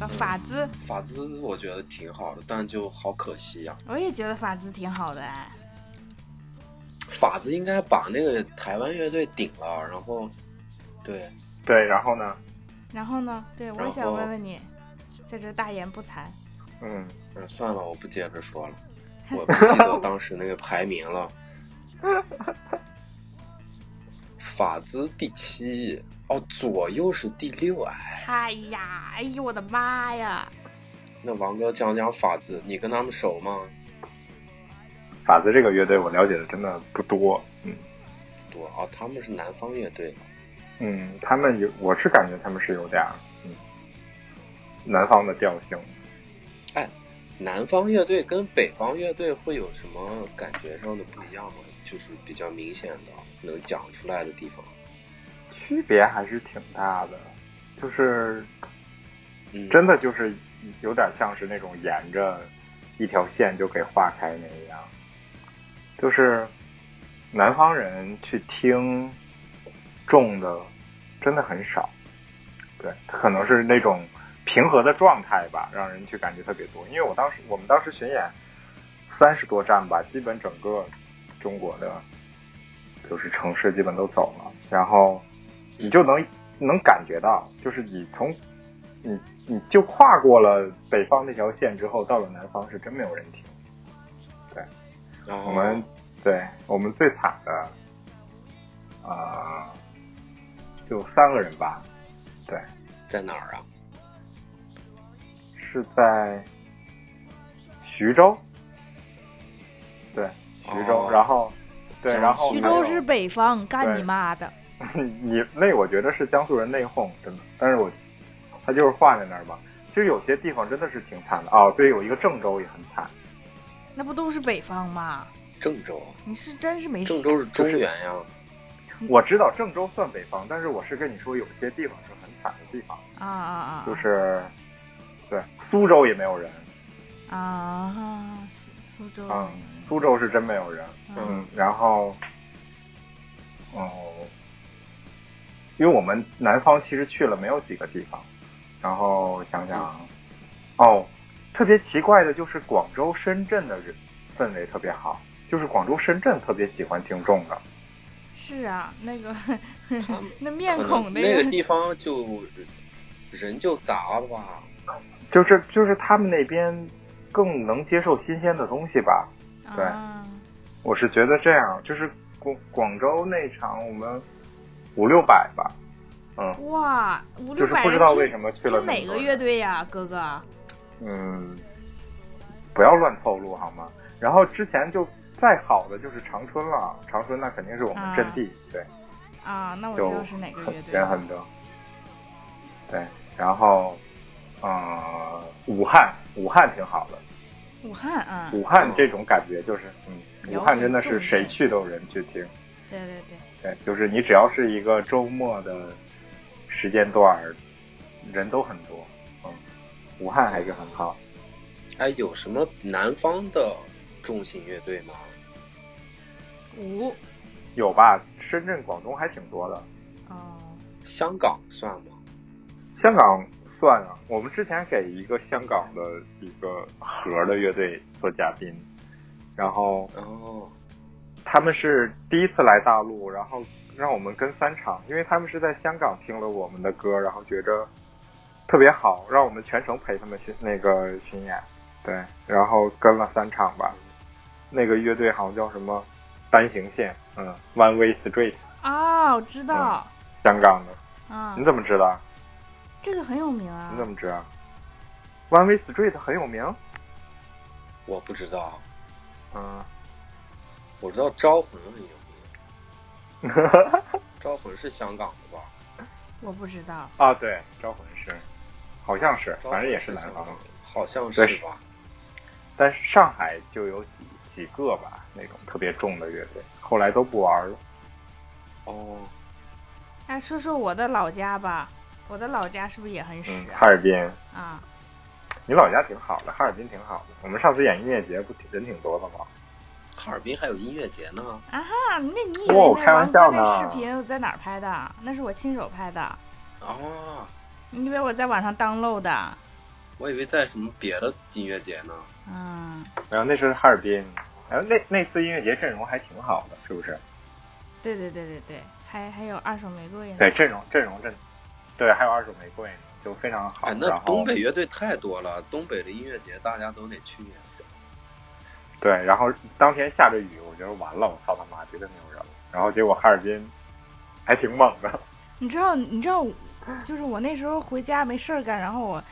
啊法兹，法兹我觉得挺好的，但就好可惜啊呀、我也觉得法兹挺好的哎。法兹应该把那个台湾乐队顶了，然后，对，对，然后呢？然后呢？对，我也想问问你，在这大言不惭，嗯，嗯，算了，我不接着说了，我不记得当时那个排名了。法兹第七，哦，左右是第六哎。哎呀，哎呦我的妈呀！那王哥讲讲法兹，你跟他们熟吗？法子这个乐队我了解的真的不多，嗯不多哦，他们是南方乐队，嗯，他们有，我是感觉他们是有点儿，嗯，南方的调性，南方乐队跟北方乐队会有什么感觉上的不一样吗？就是比较明显的能讲出来的地方。区别还是挺大的，就是嗯，真的就是有点像是那种沿着一条线就给划开那样，就是南方人去听重的真的很少，对，他可能是那种平和的状态吧，让人去感觉特别多。因为我当时我们当时巡演三十多站吧，基本整个中国的就是城市基本都走了，然后你就能能感觉到，就是你从你你就跨过了北方那条线之后，到了南方是真没有人听。然后我们对我们最惨的，啊、就三个人吧，对，在哪儿啊？是在徐州，对，徐州，哦然后对，江然后徐还有州是北方，干对你妈的！ 你那我觉得是江苏人内讧，真的。但是我他就是画在那儿嘛。其实有些地方真的是挺惨的哦，对，有一个郑州也很惨，那不都是北方吗？郑州啊，你是真是没郑州是中原呀。 我知道郑州算北方，但是我是跟你说，有些地方是很惨的地方，啊啊啊！就是对苏州也没有人，啊，苏苏州啊啊那苏州是真没有人，个嗯嗯，然后，哦、因为我们南方其实去了没有几个地方，然后想想，哦，特别奇怪的就是广州、深圳的人氛围特别好，就是广州、深圳特别喜欢听众的，是啊，那个 他们那面可能孔那个个地方就人就杂了吧？就是就是他们那边更能接受新鲜的东西吧，对啊我是觉得这样，就是广广州那场我们五六百吧，嗯哇，五就六是百不人知道听为什么去了听那么哪个多人乐队呀，哥哥？嗯，不要乱透露好吗？然后之前就再好的就是长春了，长春那肯定是我们阵地，对，啊，那我知就道是哪个很乐队人了。很多。对，然后，呃，武汉，武汉挺好的，武汉啊，武汉这种感觉就是，嗯，摇武滚汉真的是重谁镇去都有人去听，对对对，对，就是你只要是一个周末的时间段儿，人都很多，嗯，武汉还是很好。哎，有什么南方的重型乐队吗？五有吧？深圳、广东还挺多的，哦，香港算吗？香港算啊。我们之前给一个香港的一个盒的乐队做嘉宾，然后哦，他们是第一次来大陆，然后让我们跟三场，因为他们是在香港听了我们的歌，然后觉着特别好，让我们全程陪他们巡那个巡演，对，然后跟了三场吧。那个乐队好像叫什么单行线，嗯，One Way Street，啊，我知道香港的，啊嗯你，怎么知道？这个很有名啊你。怎么知道？One Way Street 很有名，我不知道，嗯，我知道招魂很有名。 招魂是香港的吧？我不知道，啊，对，招魂是，好像是，招反正魂也是是南香方港，的，好像对是吧？但是上海就有几几个吧，那种特别重的乐队，后来都不玩了。哦，哎，说说我的老家吧，我的老家是不是也很嗯屎，哈啊？尔滨，啊，你老家挺好的，哈尔滨挺好的。我们上次演音乐节不挺人挺多的吗？哈尔滨还有音乐节呢。啊那你以哦为开那玩王笑哥呢那视频我在哪儿拍的？那是我亲手拍的，啊，你以为我在网上当漏的？我以为在什么别的音乐节呢。嗯，然哎后那是哈尔滨，然后那那次音乐节阵容还挺好的，是不是？对对对对对，还还有二手玫瑰呢。嗯对，阵容阵容阵，对，还有二手玫瑰呢就非常好。哎，然那后东北乐队太多了，东北的音乐节大家都得去呀。对，然后当天下着雨，我觉得完了，我操他妈，绝对没有人了。然后结果哈尔滨还挺猛的，你知道，你知道，就是我那时候回家没事儿干，然后我，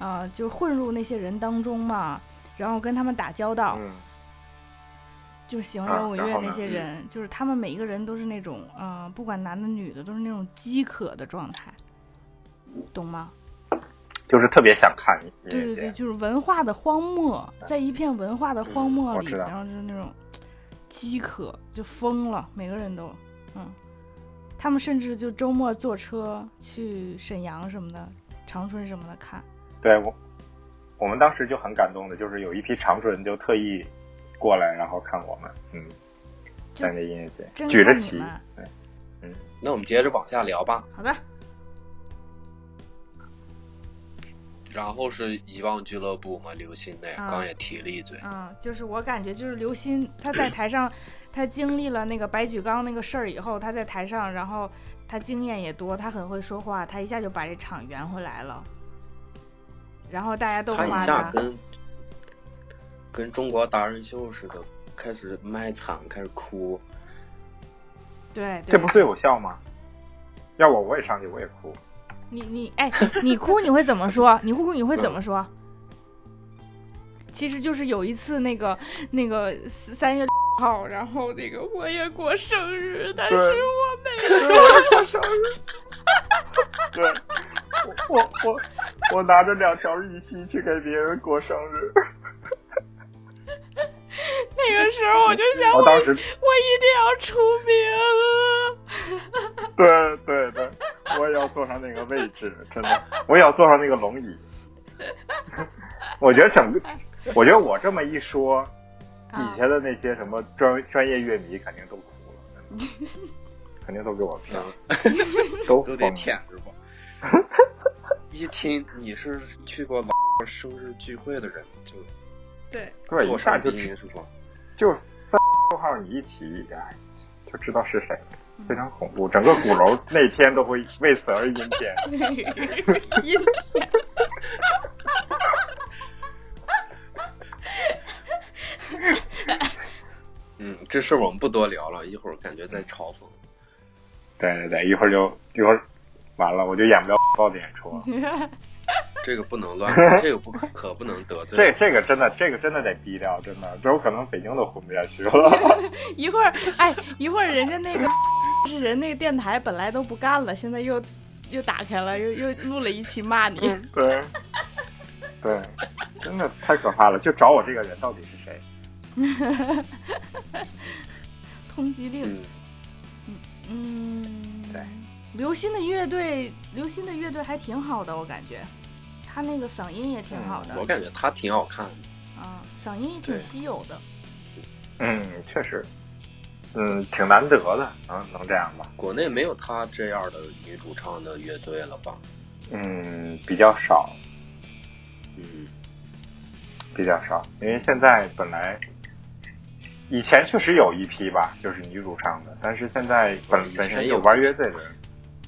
呃，就混入那些人当中嘛，然后跟他们打交道，嗯，就是喜欢啊摇滚然乐后呢嗯那些人，就是他们每一个人都是那种，呃，不管男的女的，都是那种饥渴的状态，懂吗？就是特别想看音乐节。对对对，就是文化的荒漠，在一片文化的荒漠嗯我里，知道然后就是那种饥渴，就疯了，每个人都，嗯，他们甚至就周末坐车去沈阳什么的、长春什么的看，对我，我们当时就很感动的，就是有一批长春人就特意过来，然后看我们，嗯，就在那音乐节真举着看你旗们，对，那我们接着往下聊吧。好的，然后是遗忘俱乐部嘛，刘鑫那啊刚也提了一嘴，嗯，就是我感觉就是刘鑫他在台上，他经历了那个白举纲那个事儿以后，他在台上，然后他经验也多，他很会说话，他一下就把这场圆回来了，然后大家都他夸一下跟跟中国达人秀似的，开始卖惨，开始哭。对，对这不最有效吗？要我我也上去，我也 哭。你你哎，你哭你会怎么说？你哭你会怎么说？其实就是有一次那个那个三月6号，然后那个我也过生日，但是对我没对，我我我我拿着两条玉溪去给别人过生日，那个时候我就想我我当时我一定要出名。 对对对，我也要坐上那个位置，真的，我也要坐上那个龙椅。我觉得整个，我觉得我这么一说，啊底下的那些什么专专业乐迷肯定都哭了，真的肯定都给我飘， 都都疯得了舔着 吧。一听你是去过老生日聚会的人，就对， 对，坐一下上就宾知是吧？就三六号你一提，哎，就知道是谁了，非常恐怖，整个鼓楼那天都会为此而阴天。阴天。嗯，这事儿我们不多聊了，一会儿感觉在嘲讽。 对对对，一会儿就一会儿完了，我就演不了爆点演出了。这个不能 乱，这个不可可不能得这罪。这个真的，这个真的得低调，真的，这有可能北京都混不下去了。一会儿哎，一会儿人家那个是人那个电台本来都不干了，现在又又打开了，又又录了一期骂嗯 你。对，对，真的太可怕了。就找我这个人到底是谁？通缉令。嗯，嗯，对。刘鑫的乐队，刘鑫的乐队还挺好的，我感觉，他那个嗓音也挺好嗯的，我感觉他挺好看的。啊，嗓音也挺对稀有的。嗯，确实，嗯，挺难得的，能能这样吧？国内没有他这样的女主唱的乐队了吧？嗯，比较少，嗯，比较少，因为现在本来以前确实有一批吧，就是女主唱的，但是现在本以前本身有就玩乐队的人，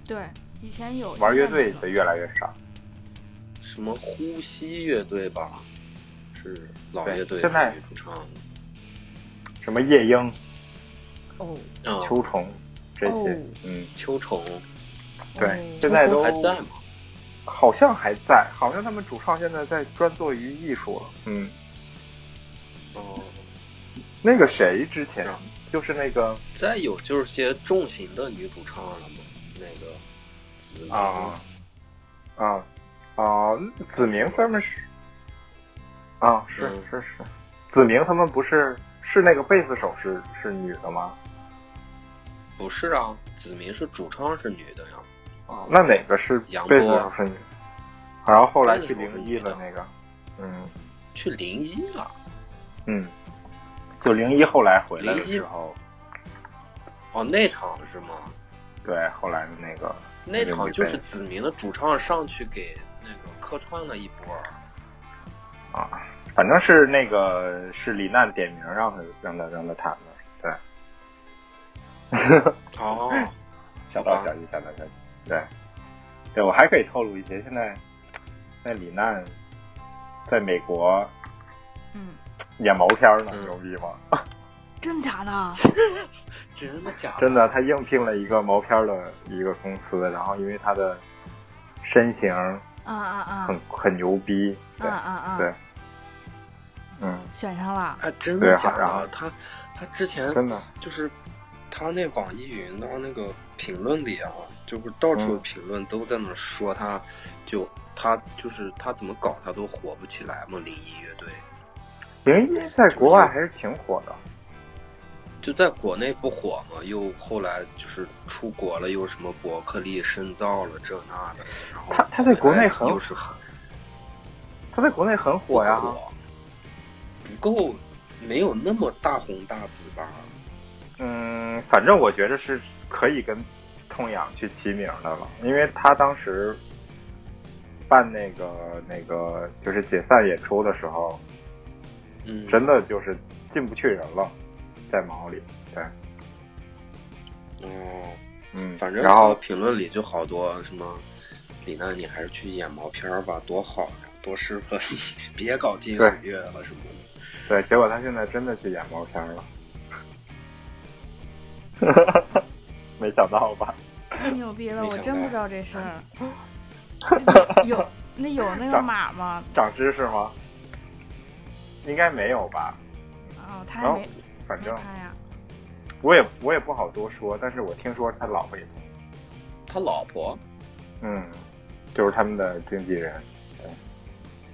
对，以前有玩乐现在没队有的越来越少。什么呼吸乐队吧，是老乐队对现在是女主唱的。什么夜莺、哦啊，秋虫这些，哦嗯，秋虫对哦现在都还在吗？好像还在，好像他们主唱现在在专做于艺术了。嗯，哦，那个谁之前啊就是那个再有就是些重型的女主唱了吗？那个紫薇啊啊啊，子明他们是啊，是嗯是是，子明他们不是是那个贝斯手是是女的吗？不是啊，子明是主唱是女的呀。啊，那哪个是杨波贝斯手是女的？然后后来贝斯去手是零女一的的那个，嗯去零一了，嗯，就零一后来回来的01时候，哦，那场是吗？对后来的那个那场就是那个子明的主唱上去给那个客串了一波儿，啊，反正是那个是李娜点名让他让他让他弹的，对，哦，啊小道消息，小道消息，对，对我还可以透露一些，现在在李娜在美国嗯，演毛片呢，嗯牛逼吗？真假 的？啊真的假的？真的，他应聘了一个毛片的一个公司，然后因为他的身形啊啊啊很很牛逼，啊对啊啊！对，嗯，选上 了。啊，真对的啊假然后的？他他之前真的，就是他那网易云的那个评论里啊，就不到处嗯评论都在那说他，就他就是他怎么搞他都火不起来嘛，零一乐队零一在国外还是挺火的，就在国内不火嘛，又后来就是出国了，又什么伯克利深造了这那的，然后他他在国内很又是很他在国内很火呀，不火不够没有那么大红大紫吧？嗯，反正我觉得是可以跟痛痒去齐名的了，因为他当时办那个那个就是解散演出的时候，嗯，真的就是进不去人了，在毛里，对，哦。嗯，反正然他后评论里就好多什么，李娜你还是去演毛片儿吧，多好呀，多适合你， 别搞金属乐了什么的。对，结果他现在真的去演毛片了， 没想到吧？太牛逼了！没我想真到不知道这事儿。 那有那有那个长码吗？长知识吗？应该没有吧？哦，他然还后没反没正拍呀。我也我也不好多说，但是我听说他老婆也同意他老婆嗯，就是他们的经纪人，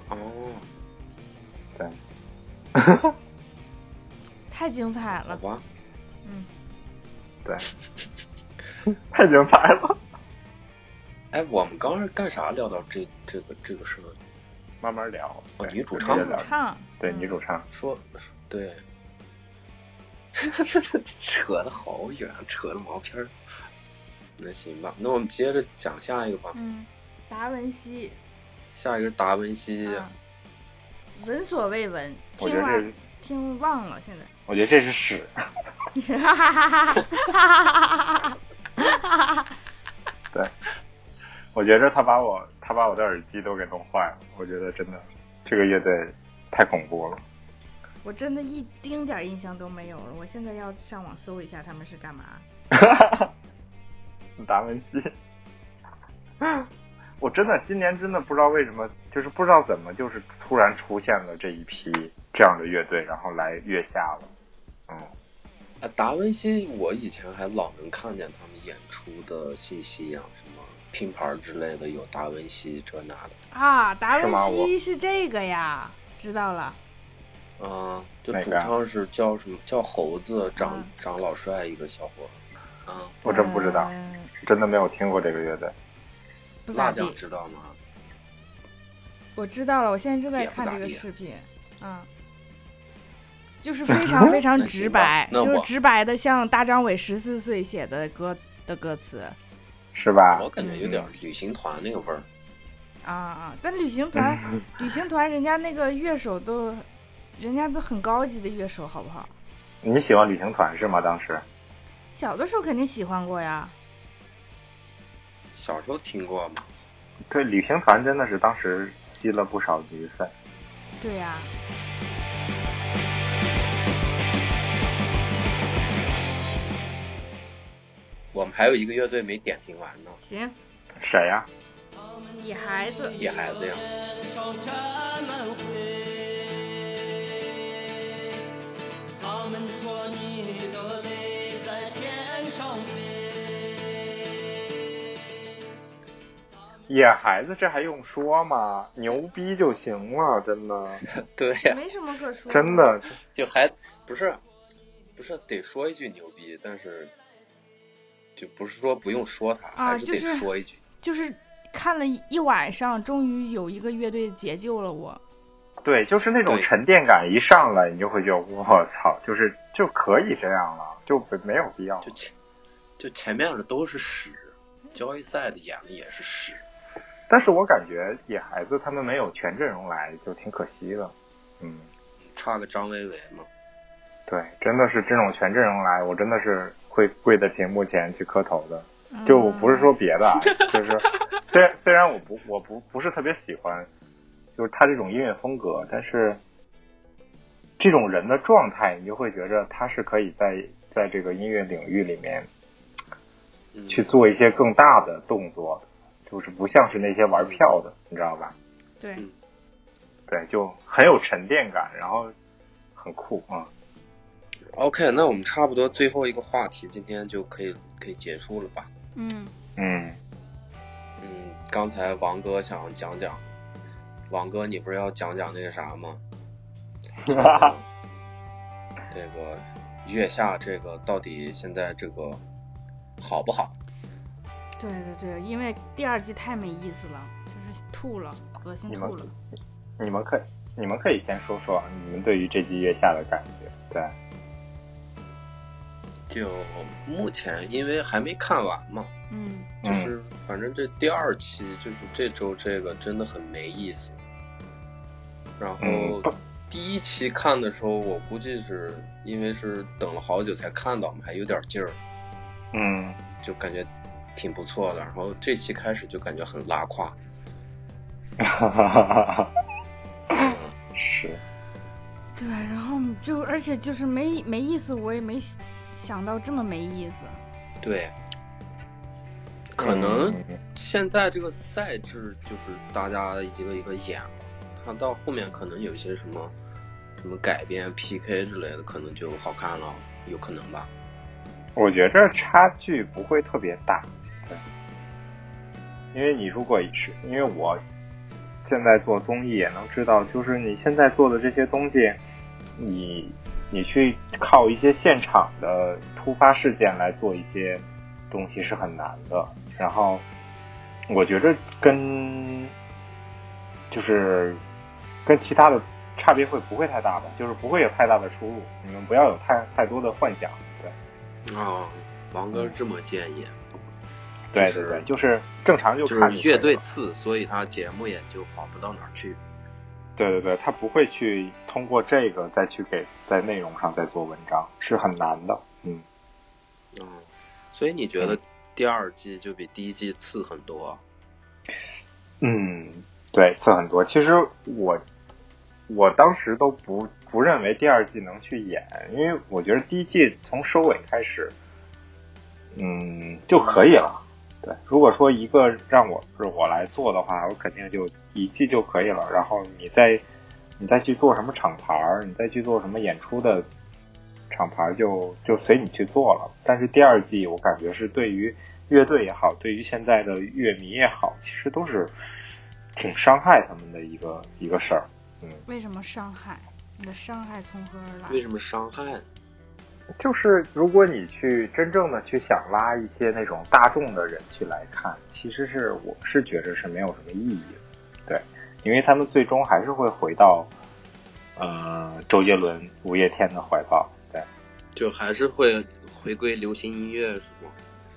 哦，对，太精彩好了，吧，嗯，对，太精彩了。哎，我们刚是干啥聊到这这个这个事儿？慢慢聊，哦对女主女唱直接主聊唱，对嗯女主唱，说 对，扯得好远，扯了毛片儿。那行吧，那我们接着讲下一个吧。嗯，达文西，下一个是达文西，啊嗯闻所未闻，我觉听得这完是，听忘了，现在。 我觉得这是屎。 哈哈哈哈哈！哈我觉着他把我他把我的耳机都给弄坏了，我觉得真的这个乐队太恐怖了。我真的一丁点儿印象都没有了，我现在要上网搜一下他们是干嘛。达文西， 我真的今年真的不知道为什么，就是不知道怎么就是突然出现了这一批这样的乐队，然后来月下了。嗯，啊，达文西，我以前还老能看见他们演出的信息呀、什么拼盘之类的，有达文西这那的，啊，达是文吗我西是这个呀，知道了。啊，就哪主个啊唱是叫什么叫猴子，长、嗯长老帅一个小伙儿，啊，我真不知道，嗯真的没有听过这个乐队。不辣咋地酱。知道吗？我知道了，我现在正在也不看咋这个地啊视频，嗯，嗯就是非常非常那直行吧白，那就是我直白的，像大张伟十四岁写的歌的歌词是吧我？感觉有点嗯旅行团那个味儿，啊啊！但旅行团，嗯旅行团人家那个乐手都，人家都很高级的乐手，好不好？你喜欢旅行团是吗？当时小的时候肯定喜欢过呀，小时候听过吗？对旅行团真的是当时吸了不少女粉。对呀、我们还有一个乐队没点评完呢，行，谁呀、野孩子，野孩子呀，上忏悔。他们说你的泪在天上飞。野孩子，这还用说吗？牛逼就行了，真的，对呀、没什么可说，真，的。就还不是不是得说一句牛逼，但是就不是说不用说他，啊还是就得是说一句。就是看了一晚上，终于有一个乐队解救了我。对，就是那种对沉淀感一上来，你就会觉得我操，就是就可以这样了，就不没有必要了就。前就前面的都是屎，交易赛的演的也是屎，但是我感觉野孩子他们没有全阵容来，就挺可惜的。嗯，差个张伟伟嘛。对，真的是这种全阵容来，我真的是会跪在屏幕前去磕头的。就嗯我不是说别的，啊，就是虽然虽然我不我不不是特别喜欢，就是他这种音乐风格，但是这种人的状态，你就会觉着他是可以在在这个音乐领域里面嗯去做一些更大的动作的，就是不像是那些玩票的，你知道吧？对嗯对，就很有沉淀感，然后很酷啊、 OK，那我们差不多最后一个话题，今天就可以可以结束了吧？嗯嗯。嗯，刚才王哥想讲讲，王哥你不是要讲讲那个啥吗？这个这个月下这个到底现在这个好不好？对对对，因为第二季太没意思了，就是吐了，恶心你们吐了。你们可以你们可以先说说你们对于这季月下的感觉。对，就目前因为还没看完嘛，嗯就是反正这第二期就是这周这个真的很没意思。然后嗯不第一期看的时候，我估计是因为是等了好久才看到嘛，还有点劲儿，嗯就感觉挺不错的。然后这期开始就感觉很拉胯，嗯，是，对，然后就而且就是没没意思，我也没想到这么没意思。对，可能嗯现在这个赛制就是大家一个一个演吧，它到后面可能有一些什么什么改编 PK 之类的，可能就好看了，有可能吧。我觉着差距不会特别大。对，因为你如果是因为我现在做综艺也能知道，就是你现在做的这些东西，你你去靠一些现场的突发事件来做一些东西是很难的。然后我觉着跟就是跟其他的差别会不会太大吧，就是不会有太大的出入。你们不要有太太多的幻想，对。啊、王哥是这么建议，对就对是对，就是正常就就看是乐队可以了次，所以他节目也就好不到哪儿去。对对对，他不会去通过这个再去给在内容上再做文章，是很难的。嗯，嗯，所以你觉得第二季就比第一季次很多？嗯，对，次很多。其实我我当时都不不认为第二季能去演，因为我觉得第一季从收尾开始，嗯就可以了。对，如果说一个让我是我来做的话，我肯定就一季就可以了。然后你再你再去做什么厂牌儿，你再去做什么演出的厂牌儿就，就随你去做了。但是第二季，我感觉是对于乐队也好，对于现在的乐迷也好，其实都是挺伤害他们的一个一个事儿。嗯，为什么伤害？你的伤害从何而来？为什么伤害？就是如果你去真正的去想拉一些那种大众的人去来看，其实是我是觉着是没有什么意义的，对，因为他们最终还是会回到，呃，周杰伦、五月天的怀抱，对就还是会回归流行音乐是吗？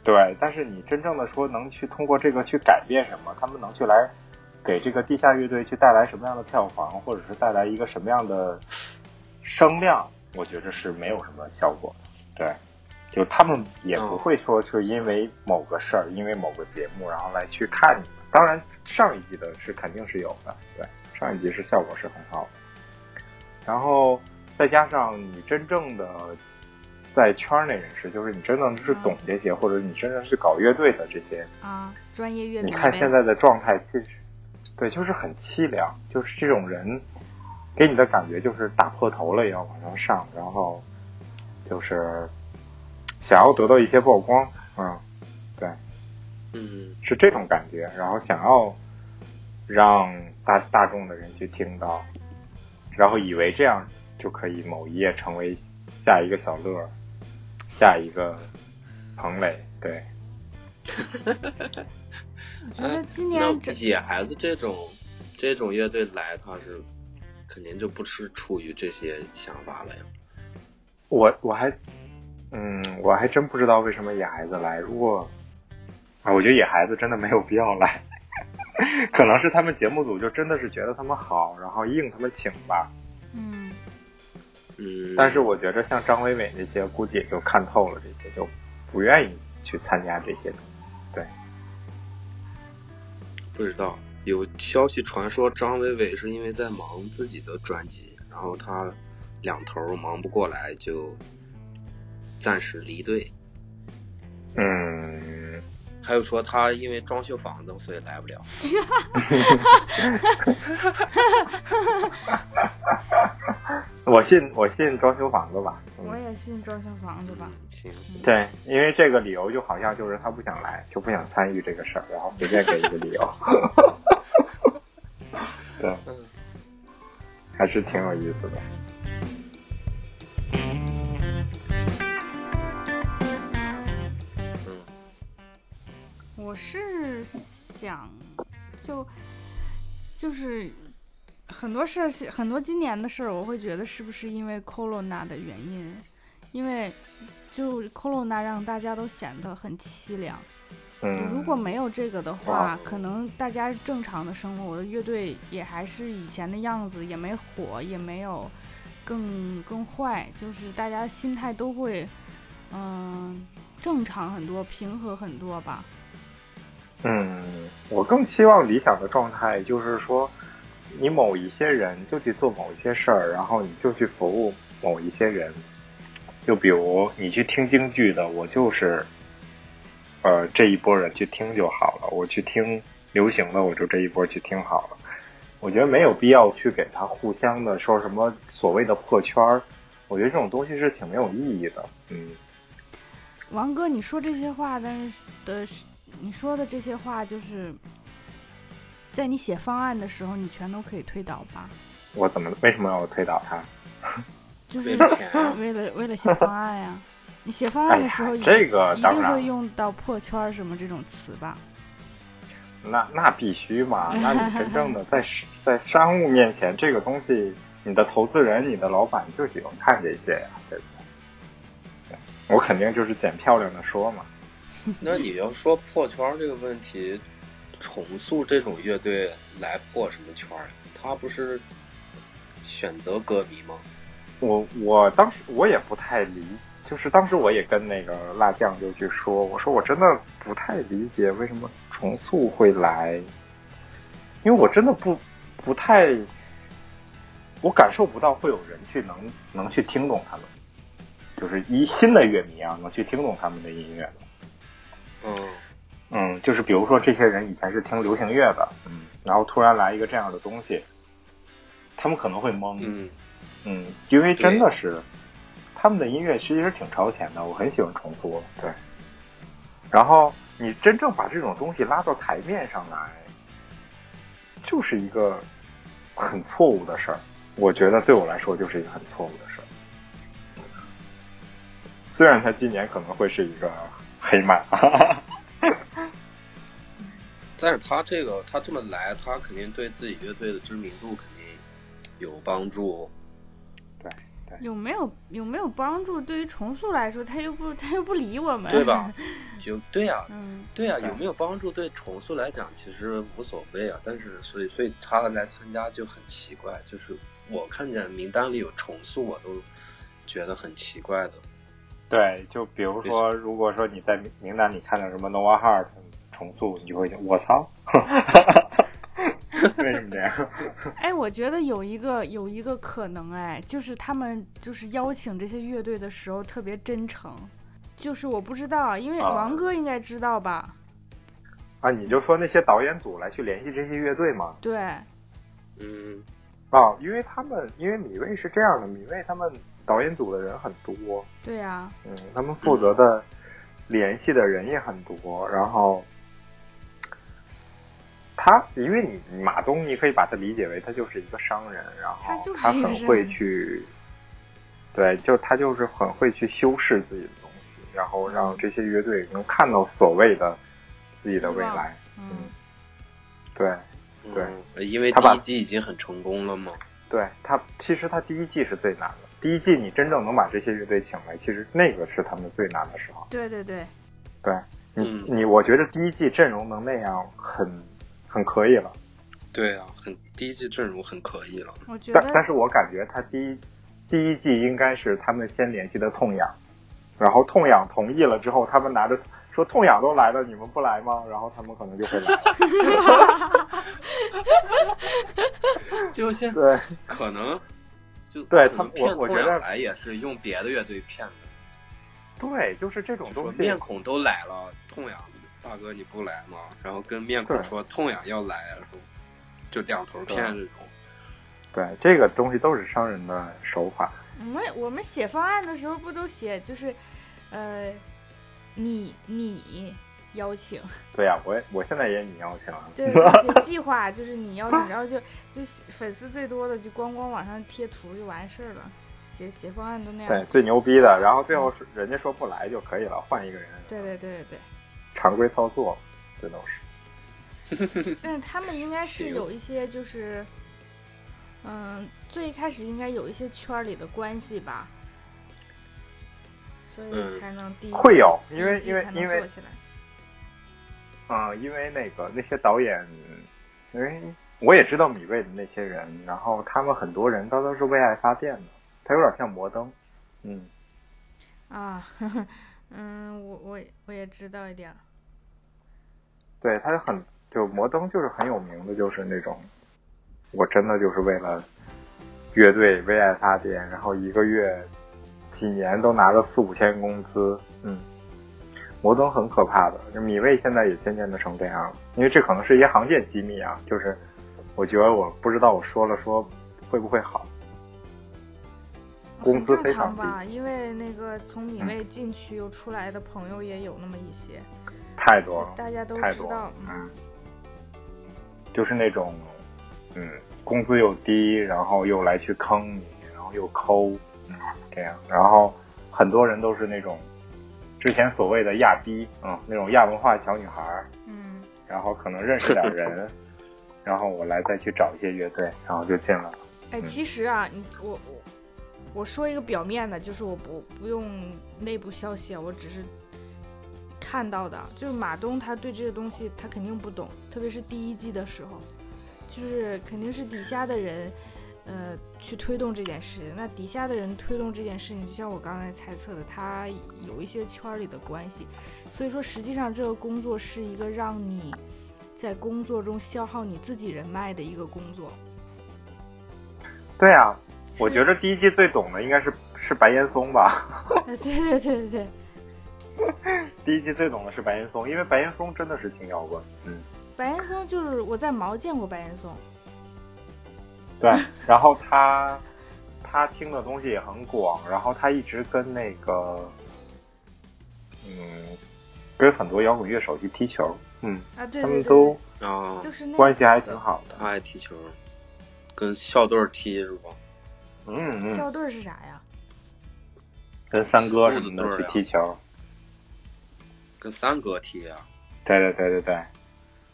对。但是你真正的说能去通过这个去改变什么，他们能去来给这个地下乐队去带来什么样的票房，或者是带来一个什么样的声量，我觉着是没有什么效果的，对。就他们也不会说是因为某个事儿、因为某个节目，然后来去看你们。当然，上一季的是肯定是有的，对，上一季是效果是很好的。然后再加上你真正的在圈内人士，就是你真正是懂这些，或者你真正是搞乐队的这些，啊？专业乐迷你看呗现在的状态，其实对，就是很凄凉，就是这种人给你的感觉就是打破头了也要往上上，然后就是想要得到一些曝光，嗯，对，嗯，是这种感觉，然后想要让大大众的人去听到，然后以为这样就可以某一夜成为下一个小乐儿，下一个彭磊，对，我觉得今那年这野孩子这种这种乐队来，他是肯定就不是出于这些想法了呀。我我还，嗯，我还真不知道为什么野孩子来。如果啊，我觉得野孩子真的没有必要来。 可能是他们节目组就真的是觉得他们好，然后应他们请吧。嗯，嗯，但是我觉着像张伟伟那些，估计也就看透了这些，就不愿意去参加这些东西。不知道有消息传说张伟伟是因为在忙自己的专辑，然后他两头儿忙不过来，就暂时离队。嗯，还有说他因为装修房子，所以来不了。我信我信装修房子吧。我嗯，也信装修房子吧。嗯行，对，因为这个理由就好像就是他不想来，就不想参与这个事儿，然后随便给一个理由。 对，嗯还是挺有意思的。嗯，我是想，就就是很多事儿是，很多今年的事儿，我会觉得是不是因为 corona 的原因，因为就 corona 让大家都显得很凄凉。嗯，如果没有这个的话哦，可能大家正常的生活，乐队也还是以前的样子，也没火，也没有更更坏，就是大家心态都会嗯、正常很多，平和很多吧。嗯，我更希望理想的状态就是说，你某一些人就去做某一些事儿，然后你就去服务某一些人。就比如你去听京剧的，我就是，呃，这一波人去听就好了。我去听流行的，我就这一波去听好了。我觉得没有必要去给他互相的说什么所谓的破圈儿，我觉得这种东西是挺没有意义的。嗯，王哥，你说这些话，但是的是，你说的这些话，就是在你写方案的时候，你全都可以推倒吧？我怎么为什么要推倒他？就是为了钱啊，为了为了写方案呀、你写方案的时候，哎呀这个一当定然会用到破圈儿什么这种词吧？那那必须嘛！那你真正的在是在商务面前，这个东西，你的投资人、你的老板就喜欢看这些呀、对不对？对我肯定就是捡漂亮的说嘛。那你要说破圈儿这个问题，重塑这种乐队来破什么圈儿？他不是选择歌迷吗？我我当时我也不太理，就是当时我也跟那个辣酱就去说，我说我真的不太理解为什么重塑会来，因为我真的不不太，我感受不到会有人去能能去听懂他们，就是一新的乐迷啊能去听懂他们的音乐的嗯，嗯，就是比如说这些人以前是听流行乐的，嗯，然后突然来一个这样的东西，他们可能会懵，嗯，嗯，因为真的对是他们的音乐其实挺超前的，我很喜欢重塑。对，然后你真正把这种东西拉到台面上来，就是一个很错误的事儿。我觉得对我来说就是一个很错误的事儿。虽然他今年可能会是一个黑马，但是他这个他这么来，他肯定对自己乐队的知名度肯定有帮助。有没有有没有帮助？对于重塑来说，他又不他又不理我们，对吧？就对呀、 嗯，对呀、对有没有帮助对重塑来讲其实无所谓啊，但是所以所以他来参加就很奇怪，就是我看见名单里有重塑，我都觉得很奇怪的。 对，就比如说，如果说你在名单里看到什么 Nova Heart 重塑，你就会想我 操，为什么这样？哎，我觉得有一个有一个可能，哎，就是他们就是邀请这些乐队的时候特别真诚，就是我不知道，因为啊王哥应该知道吧？啊，你就说那些导演组来去联系这些乐队吗？对，嗯，啊，因为他们，因为米未是这样的，米未他们导演组的人很多，对呀、嗯，他们负责的联系的人也很多，然后他，因为你你马东，你可以把他理解为他就是一个商人，然后他就是他一个很商会人去，对，就他就是很会去修饰自己的东西，然后让嗯这些乐队能看到所谓的自己的希未望来，嗯，对。对，嗯呃因为他第把一季已经很成功了嘛。对他，其实他第一季是最难的。第一季你真正能把这些乐队请来，其实那个是他们最难的时候。对对对，对你，嗯你我觉得第一季阵容能那样很很可以了。对啊，很第一季阵容很可以了。我觉但得但是我感觉他第一第一季应该是他们先联系的痛痒，然后痛痒同意了之后，他们拿着说痛痒都来了，你们不来吗？然后他们可能就会来。就现 对，可能就对可他能我骗我痛觉得痒来也是用别的乐队骗的，对，就是这种就东说西。面孔都来了，痛痒大哥你不来吗？然后跟面孔对说痛痒要来，然后就两头骗这种。对，这个东西都是商人的手法。我们我们写方案的时候不都写就是，呃，你你邀请，对呀、我也我现在也你邀请了。 对，写计划就是你邀请，然后就就粉丝最多的就光光往上贴图就完事儿了，写写方案都那样对，写。最牛逼的，然后最后是人家说不来就可以了，换一个人，对对对对常规操作，这都是。对，但是他们应该是行有一些就是，嗯，最开始应该有一些圈儿里的关系吧，所以嗯才能第一会期有第因为一季因为才能因为做起来。嗯，因为那个那些导演，因为我也知道米未的那些人，然后他们很多人他都是为爱发电的，他有点像摩登，嗯，啊， 呵呵嗯，我我也我也知道一点儿。对，他很就摩登就是很有名的，就是那种我真的就是为了乐队为爱发电，然后一个月几年都拿了四五千工资，嗯，摩登很可怕的，就米未现在也渐渐的成这样了，因为这可能是一些行业机密啊，就是我觉得我不知道我说了说会不会好。工很资正非常常嗯吧，因为那个从米未进去又出来的朋友也有那么一些，太多了，大家都太知多道了，，嗯，嗯，就是那种，嗯，工资又低，然后又来去坑你，然后又抠，嗯，这样，然后很多人都是那种之前所谓的亚逼，嗯，那种亚文化小女孩儿，嗯，然后可能认识点 儿人，然后我来再去找一些乐队，然后就进了，哎，其实啊，你我我我说一个表面的，就是我不不用内部消息啊，我只是看到的，啊就是马东他对这个东西他肯定不懂，特别是第一季的时候，就是肯定是底下的人。呃，去推动这件事，那底下的人推动这件事情，就像我刚才猜测的，他有一些圈儿里的关系，所以说实际上这个工作是一个让你在工作中消耗你自己人脉的一个工作。对啊，我是觉得第一季最懂的应该是是白岩松吧。 啊， 对对对对对，第一季最懂的是白岩松，因为白岩松真的是挺摇滚。嗯，白岩松就是我在毛见过白岩松， 对。然后他他听的东西也很广，然后他一直跟那个嗯，跟很多摇滚乐手去踢球。嗯，啊，对他对对，们都啊，就是那关系还挺好的。他爱踢球，跟校队儿踢是吧？嗯嗯，校队是啥呀？跟三哥什么的去踢球。跟三哥踢啊，对对对对对，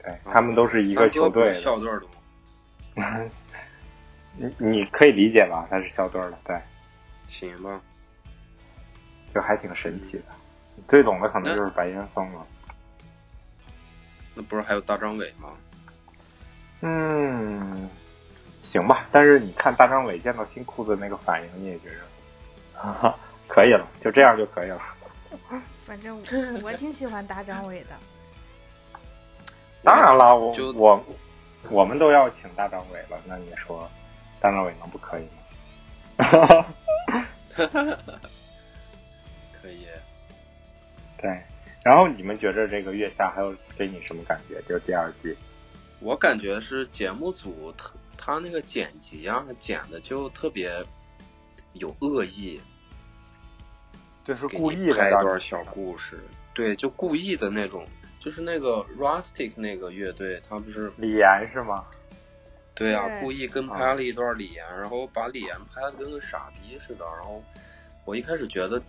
对他们都是一个三哥球不是队的。校队儿的吗？你你可以理解吧？他是校队的，对，行吧，就还挺神奇的。嗯最懂的可能就是白岩松了。那不是还有大张伟吗？嗯，行吧。但是你看大张伟见到新裤子那个反应，你也觉得， 哈哈，可以了，就这样就可以了。反正我我挺喜欢大张伟的，当然了，我就我我们都要请大张伟了，那你说大张伟能不可以吗？可以，对。然后你们觉着这个月下还有给你什么感觉？就第二季，我感觉是节目组特他那个剪辑啊，剪的就特别有恶意，这是给故意你的拍一让段你小故事，对，就故意的那种，就是那个 Rustic 那个乐队，他不是李岩是吗？对啊，对故意跟拍了一段李岩，然后把李岩拍的跟个傻逼似的，然后我一开始觉得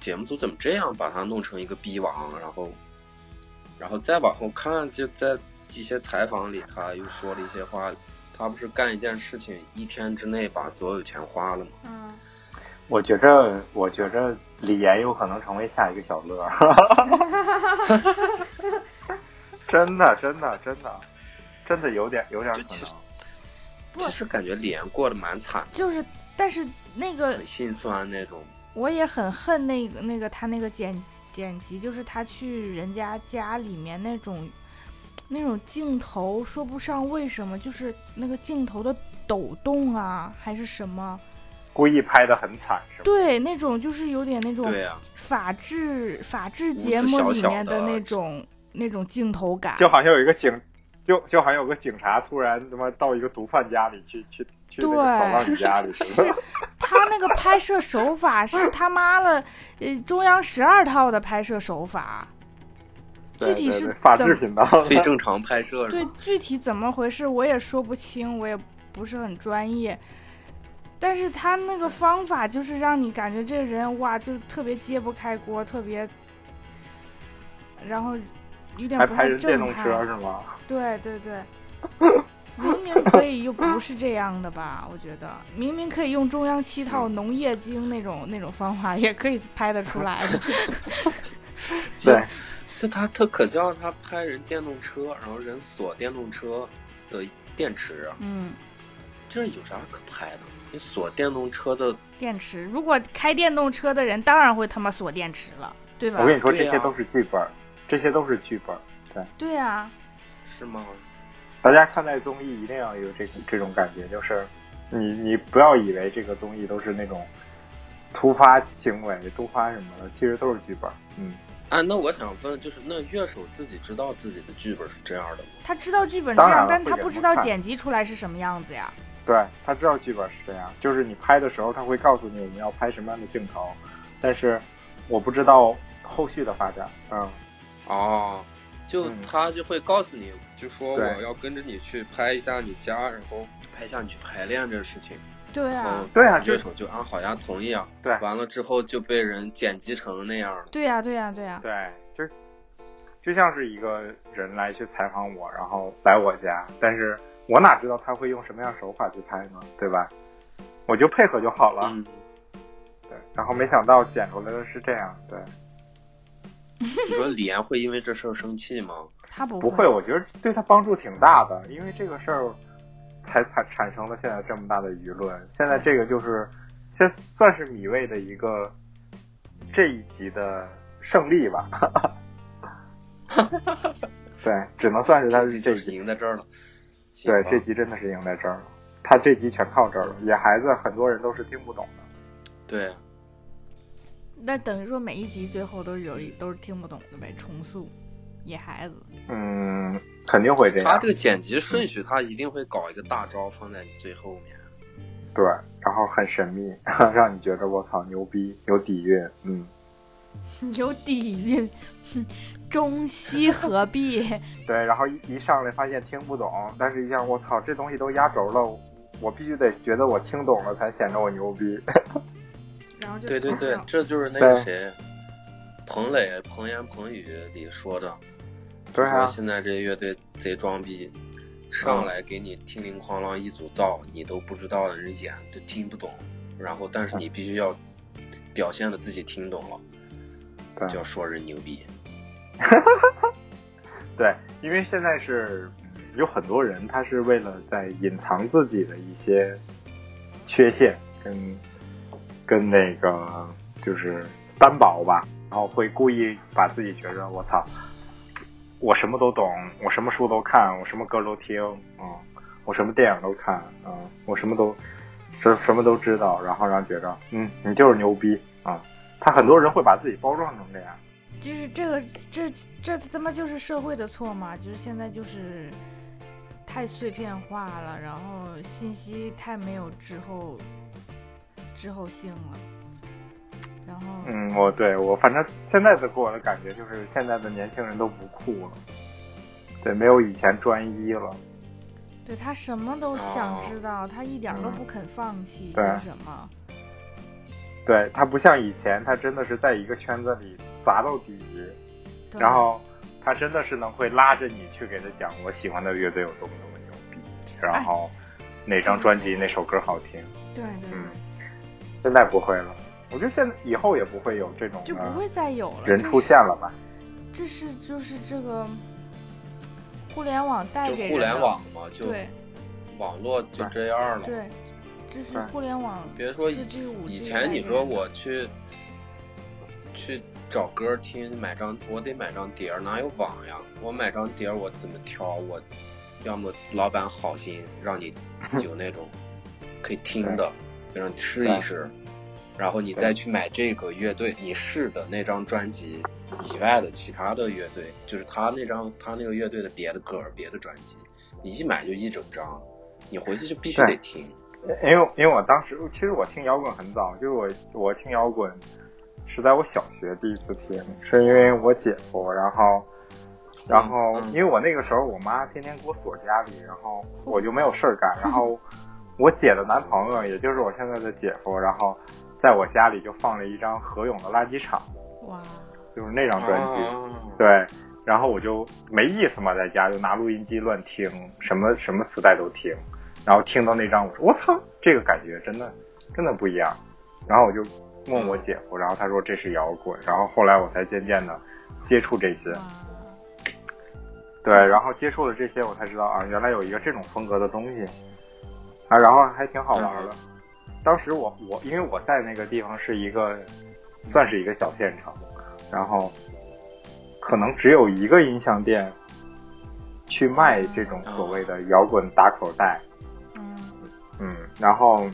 节目组怎么这样把他弄成一个逼王，啊然后然后再往后看，就在一些采访里他又说了一些话，他不是干一件事情一天之内把所有钱花了吗？ 嗯，我觉着，我觉着李岩有可能成为下一个小 乐，真的，真的，真的，真的有点有点就可其实能。不其实感觉李岩过得蛮惨的，就是，但是那个很心酸那种。我也很恨那个那个他那个剪剪辑，就是他去人家家里面那种那种镜头，说不上为什么，就是那个镜头的抖动啊，还是什么，故意拍的很惨是吧？对，那种就是有点那种对啊呀、法制法制子节目小里小面的那种那种镜头感，就好像有一个警，就就好像有个警察突然他妈到一个毒贩家里去去去那对个闯到你家 里是去了， 他那个拍摄手法是他妈了，呃，中央十二套的拍摄手法，具对体对是对法怎制么频道，非正常拍摄是对吧？具体怎么回事我也说不清，我也不是很专业。但是他那个方法就是让你感觉这人哇，就特别揭不开锅，特别，然后有点 还不拍太人电正动派。车是吗？对对 对，明明可以又不是这样的吧？我觉得明明可以用中央七嗯套农业经那种那种方法，也可以拍得出来 的。就对，就他特可笑，他拍人电动车，然后人锁电动车的电池，啊嗯，这有啥可拍的？你锁电动车的，电池，如果开电动车的人当然会他妈锁电池了，对吧我？跟你说，对啊这呀些都是剧本儿，这些都是剧本儿。对，对啊，是吗？大家看待综艺一定要有这种这种感觉，就是你你不要以为这个综艺都是那种突发行为、突发什么的，其实都是剧本儿。嗯，啊，那我想问，就是那乐手自己知道自己的剧本是这样的吗？他知道剧本这样，当然了但他会不给知他道看剪辑出来是什么样子呀。对他知道剧本是这样，就是你拍的时候他会告诉你我们要拍什么样的镜头，但是我不知道后续的发展。嗯，哦，就嗯他就会告诉你，就说对我要跟着你去拍一下你家，然后拍一下你去排练这个事情。对然啊后，对啊，就乐手就啊好呀同意啊，对完了之后就被人剪辑成那样了。对呀、对呀、啊对呀、对，就就像是一个人来去采访我，然后来我家，但是我哪知道他会用什么样手法去拍呢？对吧？我就配合就好了。嗯，对，然后没想到剪出来的是这样。对，你说李岩会因为这事儿生气吗？他不不会，我觉得对他帮助挺大的，因为这个事儿才产产生了现在这么大的舆论。现在这个就是，现算是米未的一个这一集的胜利吧。对，只能算是他这是集这就一是集赢在这儿了。行对，吧这集真的是赢在这儿了，他这集全靠这儿了。野孩子很多人都是听不懂的，对，那等于说每一集最后都是有一都是听不懂的呗，重塑野孩子。嗯，肯定会这他样这。个剪辑顺序，他一定会搞一个大招放在你最后面。对，然后很神秘， 让你觉得我操牛逼，有底蕴，嗯，有底蕴， 哼中西合璧。对。然后一一上来发现听不懂，但是一下我操这东西都压轴了，我必须得觉得我听懂了才显得我牛逼。 然后就对对对看，到这就是那个对谁，彭磊《彭言彭语》里说的，对就说啊，嗯现在这乐队贼装逼，上来给你叮铃哐啷一组造，你都不知道的人演都听不懂，然后但是嗯你必须要表现的自己听懂了，对就要说人牛逼。对，因为现在是嗯有很多人，他是为了在隐藏自己的一些缺陷跟跟那个就是担保吧，然后会故意把自己觉着我操，我什么都懂，我什么书都看，我什么歌都听，嗯，我什么电影都看，嗯，我什么都什什么都知道，然后让觉着嗯，你就是牛逼啊、嗯他很多人会把自己包装成这样，就是这个这这他妈就是社会的错嘛，就是现在就是太碎片化了，然后信息太没有滞后滞后性了，然后嗯，我对我反正现在的给我的感觉就是现在的年轻人都不酷了，对，没有以前专一了，对他什么都想哦知道，他一点儿都嗯不肯放弃，对像什么？对他不像以前，他真的是在一个圈子里砸到底，对然后他真的是能会拉着你去给他讲我喜欢的乐队有多么多么牛逼，哎然后哪张专辑哪首歌好听，对对对嗯，现在不会了，我觉得现在以后也不会有这种就不的会再有了。人这出是现了吧，这是就是这个互联网带就给互人联的网嘛，就对网络就这样了。对，就是对互联网。别说以四 G 五 G 以前你说我去去找歌听，买张我得买张碟儿，哪有网呀？我买张碟儿我怎么挑？我要么老板好心让 你有那种可以听的，就让你试一试，然后你再去买这个乐队你试的那张专辑以外的其他的乐队，就是他那张他那个乐队的别的歌儿、别的专辑，你一买就一整张，你回去就必须得对听。因为因为我当时其实我听摇滚很早，就是我我听摇滚是在我小学第一次听，是因为我姐夫，然后然后嗯嗯因为我那个时候我妈天天给我锁家里，然后我就没有事儿干，然后我姐的男朋友也就是我现在的姐夫，然后在我家里就放了一张何勇的《垃圾场哇，》，就是那张专辑。啊对，然后我就没意思嘛，在家就拿录音机乱听，什么什么磁带都听，然后听到那张，我说我操，这个感觉真的真的不一样。然后我就问我姐夫，然后他说这是摇滚，然后后来我才渐渐的接触这嗯些，哇对，然后接触了这些，我才知道啊，原来有一个这种风格的东西，啊，然后还挺好玩的。当时我我因为我在那个地方是一个，算是一个小县城，然后可能只有一个音像店去卖这种所谓的摇滚打口袋，嗯，嗯，然后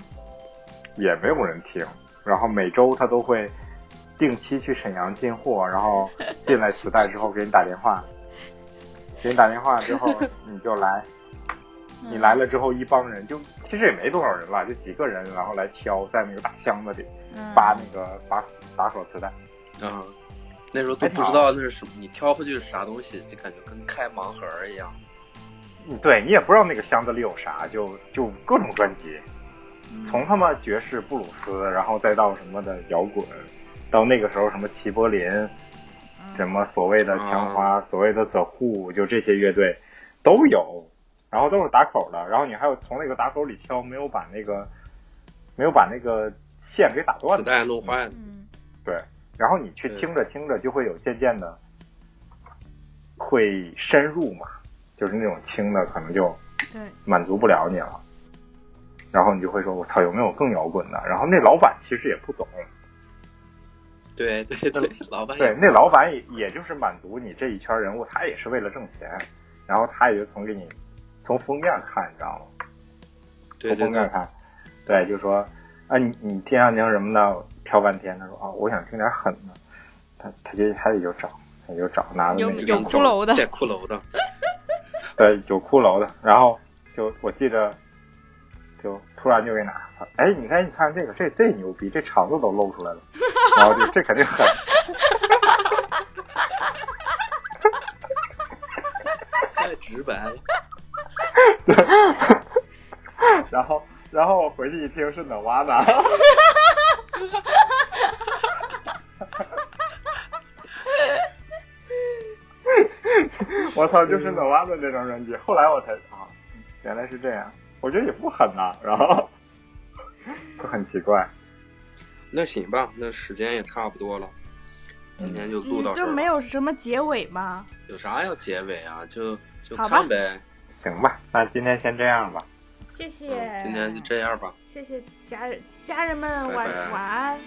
也没有人听，然后每周他都会定期去沈阳进货，然后进来磁带之后给你打电话，给你打电话 之后你就来，嗯你来了之后一帮人就其实也没多少人了，就几个人，然后来挑在那个大箱子里嗯扒那个打打口磁带，啊，那时候都不知道那是什么，你挑回去是啥东西，就感觉跟开盲盒儿一样。嗯对你也不知道那个箱子里有啥，就就各种专辑，嗯从他妈爵士、布鲁斯，然后再到什么的摇滚，到那个时候什么齐柏林。嗯什么所谓的枪花、啊所谓的 The Who，就这些乐队都有，然后都是打口的，然后你还有从那个打口里挑，没有把那个没有把那个线给打断磁的，带弄坏了，嗯对，然后你去对听着听着就会有渐渐的会深入嘛，就是那种轻的可能就对，满足不了你了，然后你就会说我操有没有更摇滚的？然后那老板其实也不懂，对对对，老板也嗯对，那老板也也就是满足你这一圈人物，他也是为了挣钱，然后他也就从给你从封面看，你知道吗？对对从封面对，看，对，就说啊，你你听想听什么的，挑半天，他说啊，我想听点狠的，他他就他也就找，他也就找拿了有那有个骷髅的带骷髅的，对有骷髅的，然后就我记着。就突然就给拿，哎，你看，你看这个，这这牛逼，这肠子都露出来了， 然后就这肯定狠，太直白了。然后然后我回去一听是 Nirvana，我操，就是 Nirvana 那张专辑。后来我才啊，原来是这样，我觉得也不狠呐、然后 就很奇怪。那行吧，那时间也差不多了，今天就录到嗯，这就儿。没有什么结尾吗？有啥要结尾啊？就就好吧看呗。行吧，那今天先这样吧。谢谢哎嗯，今天就这样吧。谢谢家人家人们拜晚拜晚安，